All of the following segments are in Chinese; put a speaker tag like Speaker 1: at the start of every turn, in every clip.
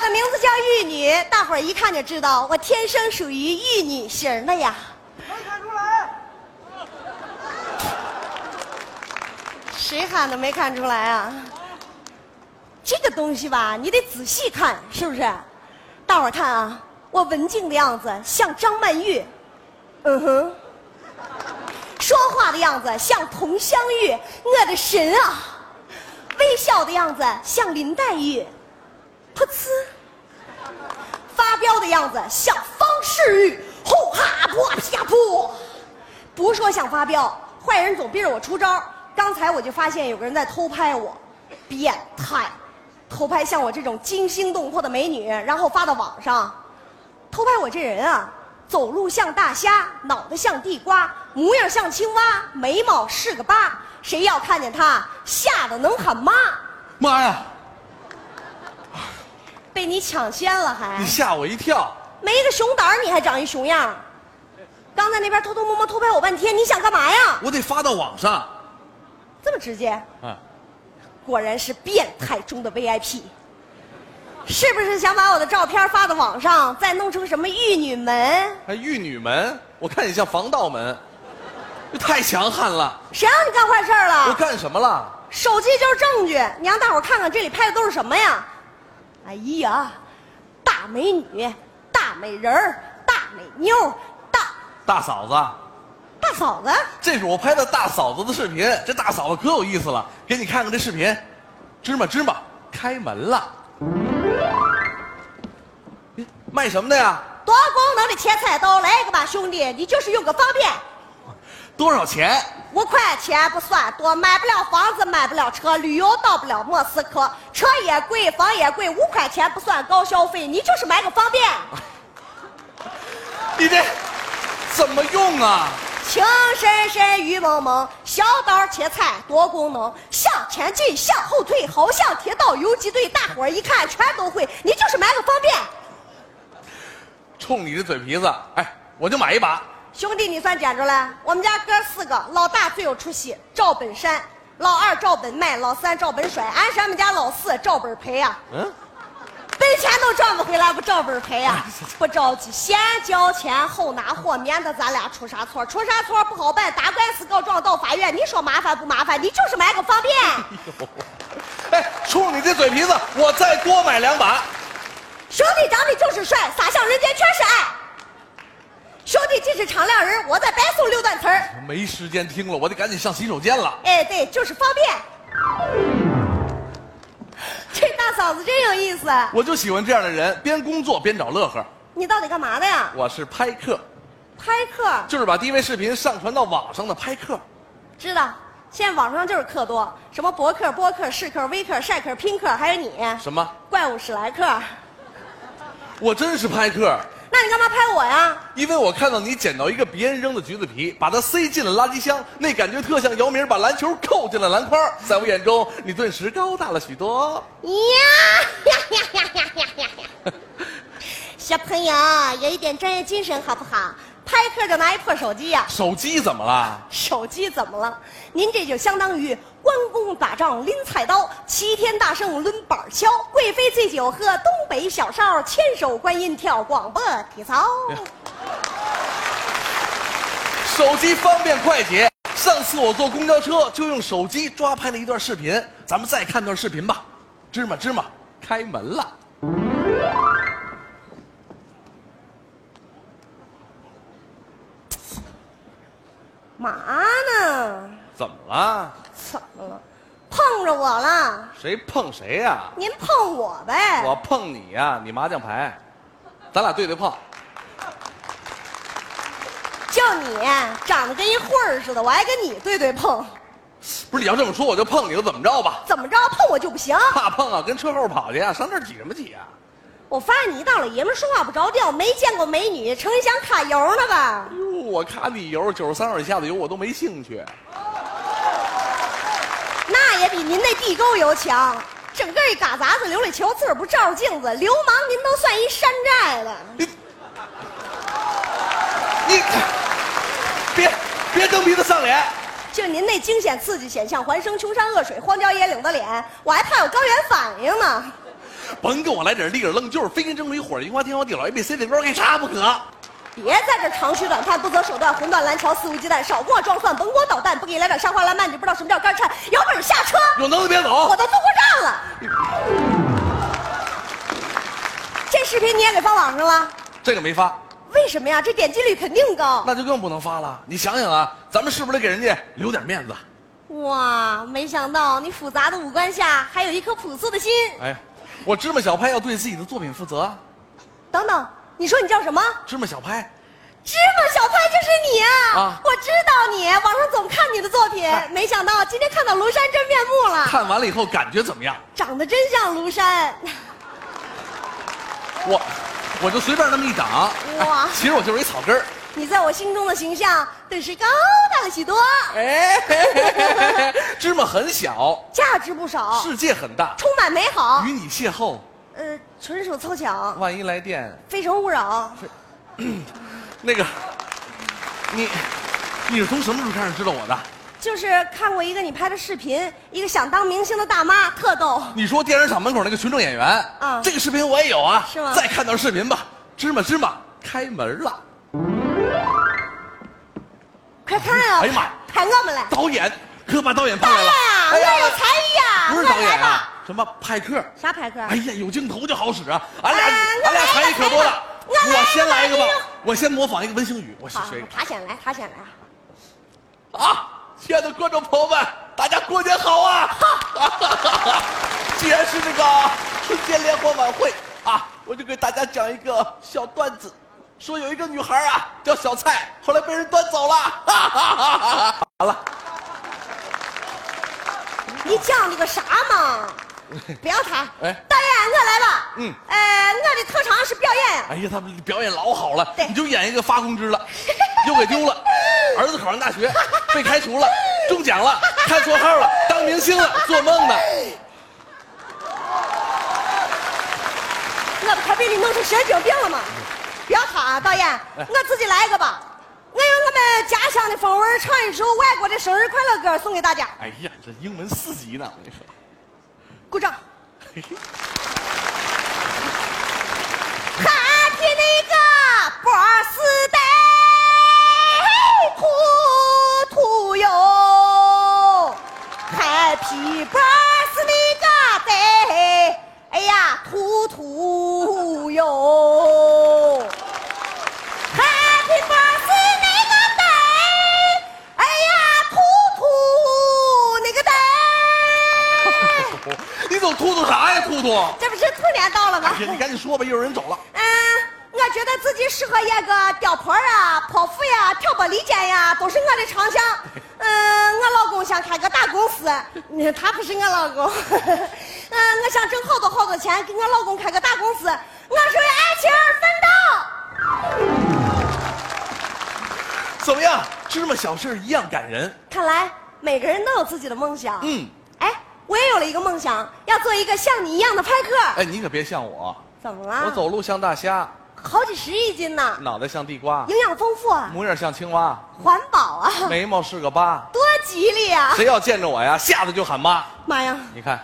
Speaker 1: 个名字叫玉女，大伙儿一看就知道我天生属于玉女型的呀。
Speaker 2: 没看出来，
Speaker 1: 谁看都没看出来啊？这个东西吧，你得仔细看，是不是？大伙儿看啊，我文静的样子像张曼玉，嗯哼，说话的样子像佟湘玉，我的神啊！微笑的样子像林黛玉，噗呲，发飙的样子像方世玉，吼哈泼啪噗。不说想发飙，坏人总逼着我出招儿。刚才我就发现有个人在偷拍我，变态！偷拍像我这种惊心动魄的美女，然后发到网上。偷拍我这人啊，走路像大虾，脑袋像地瓜，模样像青蛙，眉毛是个疤。谁要看见他，吓得能喊妈。
Speaker 3: 妈呀，
Speaker 1: 被你抢先了还
Speaker 3: 你吓我一跳！
Speaker 1: 没个熊胆儿你还长一熊样儿。刚才那边偷偷摸摸偷拍我半天，你想干嘛呀？
Speaker 3: 我得发到网上。
Speaker 1: 这么直接，
Speaker 3: 啊，
Speaker 1: 果然是变态中的 VIP。是不是想把我的照片发到网上，再弄出什么玉女门？
Speaker 3: 还哎玉女门，我看你像防盗门，这太强悍了！
Speaker 1: 谁让你干坏事儿
Speaker 3: 我
Speaker 1: 了？
Speaker 3: 干什么了？
Speaker 1: 手机就是证据，你让大伙儿看看这里拍的都是什么呀？哎呀，大美女、大美人儿、大美妞儿、大
Speaker 3: 大嫂子，
Speaker 1: 大嫂子。
Speaker 3: 这是我拍的大嫂子的视频，这大嫂子可有意思了，给你看看这视频。芝麻芝麻，开门了。咦卖什么的呀？
Speaker 1: 多功能的切菜刀，来一个吧，兄弟，你就是用个方便。
Speaker 3: 多少钱？
Speaker 1: 五块钱不算多，买不了房子，买不了车，旅游到不了莫斯科，车也贵，房也贵，五块钱不算高消费，你就是买个方便。
Speaker 3: 你这怎么用啊？
Speaker 1: 情深深雨蒙蒙，小刀切菜多功能，向前进，向后退，好像铁道游击队，大伙儿一看全都会，你就是买个方便。
Speaker 3: 冲你这嘴皮子，哎，我就买一把。
Speaker 1: 兄弟，你算捡着了。我们家哥四个，老大最有出息，赵本山；老二赵本卖，老三赵本甩。俺是俺们家老四赵本赔啊，
Speaker 3: 嗯，
Speaker 1: 分钱都赚不回来，不赵本赔啊。不着急，先交钱后拿货，免得咱俩出啥错。出啥错不好办，打官司告状到法院，你说麻烦不麻烦？你就是买个方便。
Speaker 3: 哎，冲你这嘴皮子，我再多买两把。
Speaker 1: 兄弟长得就是帅，撒向人间全是爱。兄弟既是敞亮人，我再白送六段词儿。
Speaker 3: 没时间听了，我得赶紧上洗手间了。
Speaker 1: 哎，对，就是方便。 这大嫂子真有意思，
Speaker 3: 我就喜欢这样的人，边工作边找乐呵。
Speaker 1: 你到底干嘛的呀？
Speaker 3: 我是拍客，
Speaker 1: 拍课，
Speaker 3: 就是把 DV 视频上传到网上的拍客。
Speaker 1: 知道？现在网上就是课多，什么博客、播客、试课、微课、晒课、拼课，还有你，
Speaker 3: 什么？
Speaker 1: 怪五十来课。
Speaker 3: 我真是拍客，
Speaker 1: 那你干嘛拍我呀？
Speaker 3: 因为我看到你捡到一个别人扔的橘子皮，把它塞进了垃圾箱，那感觉特像姚明把篮球扣进了篮筐。在我眼中，你顿时高大了许多。
Speaker 1: 呀呀呀呀呀呀呀！小朋友，有一点专业精神好不好？拍课就拿一破手机呀、
Speaker 3: 手机怎么了？
Speaker 1: 手机怎么了？您这就相当于关公打仗拎菜刀，齐天大圣抡板锹，贵妃醉酒喝东北小哨，千手观音跳广播体操。
Speaker 3: 手机方便快捷。上次我坐公交车就用手机抓拍了一段视频，咱们再看段视频吧。芝麻芝麻，开门了。
Speaker 1: 嘛呢？
Speaker 3: 怎么了？
Speaker 1: 怎么了？碰着我了？
Speaker 3: 谁碰谁呀、
Speaker 1: 您碰我呗？
Speaker 3: 我碰你呀、你麻将牌，咱俩对对碰。
Speaker 1: 就你长得跟一混儿似的，我还跟你对对碰，
Speaker 3: 不是你要这么说我就碰你了，怎么着吧？
Speaker 1: 怎么着碰我就不行？
Speaker 3: 怕碰啊，跟车后跑去啊，上这儿挤什么挤啊？
Speaker 1: 我发现你一大老爷们儿说话不着调，没见过美女，成心想卡油呢吧？
Speaker 3: 哟，我卡你油，九十三号以下的油我都没兴趣。
Speaker 1: 那也比您那地沟油强，整个一嘎杂子，琉璃球自个儿不照照镜子，流氓您都算一山寨了。
Speaker 3: 你，你别别蹬鼻子上脸。
Speaker 1: 就您那惊险刺激、险象环生、穷山恶水、荒郊野岭的脸，我还怕有高原反应呢。
Speaker 3: 甭跟我来点立儿愣就是，非跟蒸驴火银花天荒地老 A B C 里边干啥不可？
Speaker 1: 别在这儿长吃短看，不择手段，魂断蓝桥，肆无忌惮，少给我装蒜，甭给我捣蛋，不给你来点山花烂漫，你不知道什么叫干串，有本事下车！
Speaker 3: 有能耐别
Speaker 1: 我
Speaker 3: 走。
Speaker 1: 都坐过站了。这视频你也给放网上了？
Speaker 3: 这个没发，
Speaker 1: 为什么呀？这点击率肯定高。
Speaker 3: 那就更不能发了。你想想啊，咱们是不是得给人家留点面子？
Speaker 1: 哇，没想到你复杂的五官下还有一颗朴素的心。
Speaker 3: 哎，我芝麻小拍要对自己的作品负责啊。
Speaker 1: 等等，你说你叫什么？
Speaker 3: 芝麻小拍，
Speaker 1: 芝麻小拍就是你啊！
Speaker 3: 啊
Speaker 1: 我知道你，网上总看你的作品，
Speaker 3: 哎
Speaker 1: 没想到今天看到庐山真面目了，
Speaker 3: 看完了以后感觉怎么样？
Speaker 1: 长得真像庐 山。
Speaker 3: 我，我就随便那么一挡。
Speaker 1: 哇
Speaker 3: 哎其实我就是一草根儿。
Speaker 1: 你在我心中的形象顿时高大了许多，
Speaker 3: 哎，嘿嘿
Speaker 1: 哎
Speaker 3: 嘿嘿 芝麻很小，
Speaker 1: 价值不少，
Speaker 3: 世界很大，
Speaker 1: 充满美好。
Speaker 3: 与你邂逅，
Speaker 1: 呃，纯属凑巧，
Speaker 3: 万一来电，
Speaker 1: 《非诚勿扰
Speaker 3: 那个，你，你是从什么时候开始知道我的？》
Speaker 1: 就是看过一个你拍的视频，一个想当明星的大妈，特逗。
Speaker 3: 你说电视厂门口那个群众演员，
Speaker 1: 嗯
Speaker 3: 这个视频我也有啊。
Speaker 1: 是吗
Speaker 3: 再看段视频吧，芝麻芝麻开门了，
Speaker 1: 快看啊！
Speaker 3: 哎呀妈呀
Speaker 1: 喊我们来！
Speaker 3: 导演，可把导演派
Speaker 1: 大
Speaker 3: 来
Speaker 1: 爷
Speaker 3: 了。
Speaker 1: 呀，我
Speaker 3: 哎呀
Speaker 1: 有才艺呀！
Speaker 3: 不是
Speaker 1: 快
Speaker 3: 导
Speaker 1: 来
Speaker 3: 演
Speaker 1: 吧！
Speaker 3: 啊，什么派克？
Speaker 1: 啥牌哥？啊
Speaker 3: 哎呀，有镜头就好使啊！俺俩
Speaker 1: 哎我
Speaker 3: 俺俩
Speaker 1: 来
Speaker 3: 才艺
Speaker 1: 了
Speaker 3: 可多
Speaker 1: 来
Speaker 3: 了
Speaker 1: 了，我来
Speaker 3: 我先
Speaker 1: 了
Speaker 3: 来一个吧
Speaker 1: 哎呦，
Speaker 3: 我先模仿一个温星宇，我先
Speaker 1: 好，
Speaker 3: 学一个。
Speaker 1: 他先来，他先来。
Speaker 3: 啊，亲爱的观众朋友们，大家过年好啊！ 既然是这个春节联欢晚会啊，我就给大家讲一个小段子，说有一个女孩啊叫小蔡，后来被人端走了。哈哈哈哈哈！好了，
Speaker 1: 你讲的个啥 嘛？不要谈。
Speaker 3: 哎
Speaker 1: 导演，我来了。
Speaker 3: 嗯
Speaker 1: 呃，我的特长是表演。
Speaker 3: 哎呀，他们表演老好了
Speaker 1: 对，
Speaker 3: 你就演一个发工资了，又给丢了，儿子考上大学被开除了，中奖了，看错号了，当明星了，做梦呢。
Speaker 1: 我的快被你弄成神经病了吗？不要喊啊，导演，我自己来一个吧。我用我们家乡的风味儿唱一首外国的生日快乐歌送给大家，
Speaker 3: 哎呀，这英文四级呢，我跟你说。
Speaker 1: 鼓掌。Happy 那个波斯的糊涂哟，Happy 波斯那个的，哎呀，糊涂哟。Happy birthday 那个 day，哎呀，兔兔那个 day，
Speaker 3: 你总突突啥呀，突突？
Speaker 1: 这不是兔年到了吗
Speaker 3: 哎？呀，你赶紧说吧，一会儿人走了。
Speaker 1: 嗯，我觉得自己适合演个吊婆啊、泼妇呀、挑拨离间呀，都是我的长项。嗯，我老公想开个大公司，嗯他不是我老公。 嗯，我想挣好多好多钱，给我老公开个大公司。我是为爱情而奋斗。
Speaker 3: 怎么样？芝麻小事儿一样感人。
Speaker 1: 看来每个人都有自己的梦想。
Speaker 3: 嗯，
Speaker 1: 哎，我也有了一个梦想，要做一个像你一样的拍客。
Speaker 3: 哎，你可别像我，
Speaker 1: 怎么了？
Speaker 3: 我走路像大虾，
Speaker 1: 好几十亿斤呢，
Speaker 3: 脑袋像地瓜，
Speaker 1: 营养丰富啊，
Speaker 3: 模样像青蛙，
Speaker 1: 环保啊，
Speaker 3: 眉毛是个疤。
Speaker 1: 多吉利啊！
Speaker 3: 谁要见着我呀，吓得就喊妈。
Speaker 1: 妈呀，
Speaker 3: 你看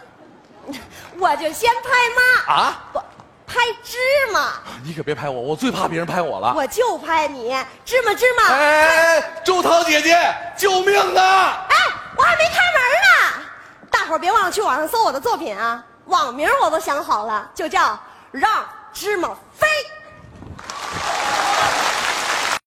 Speaker 1: 我就先拍妈，
Speaker 3: 啊，
Speaker 1: 不拍芝麻，
Speaker 3: 你可别拍我，我最怕别人拍我了。
Speaker 1: 我就拍你芝麻芝麻。
Speaker 3: 哎哎哎，周涛姐姐，救命啊！
Speaker 1: 哎，我还没开门呢。大伙儿别忘了去网上搜我的作品啊，网名我都想好了，就叫《让芝麻飞》。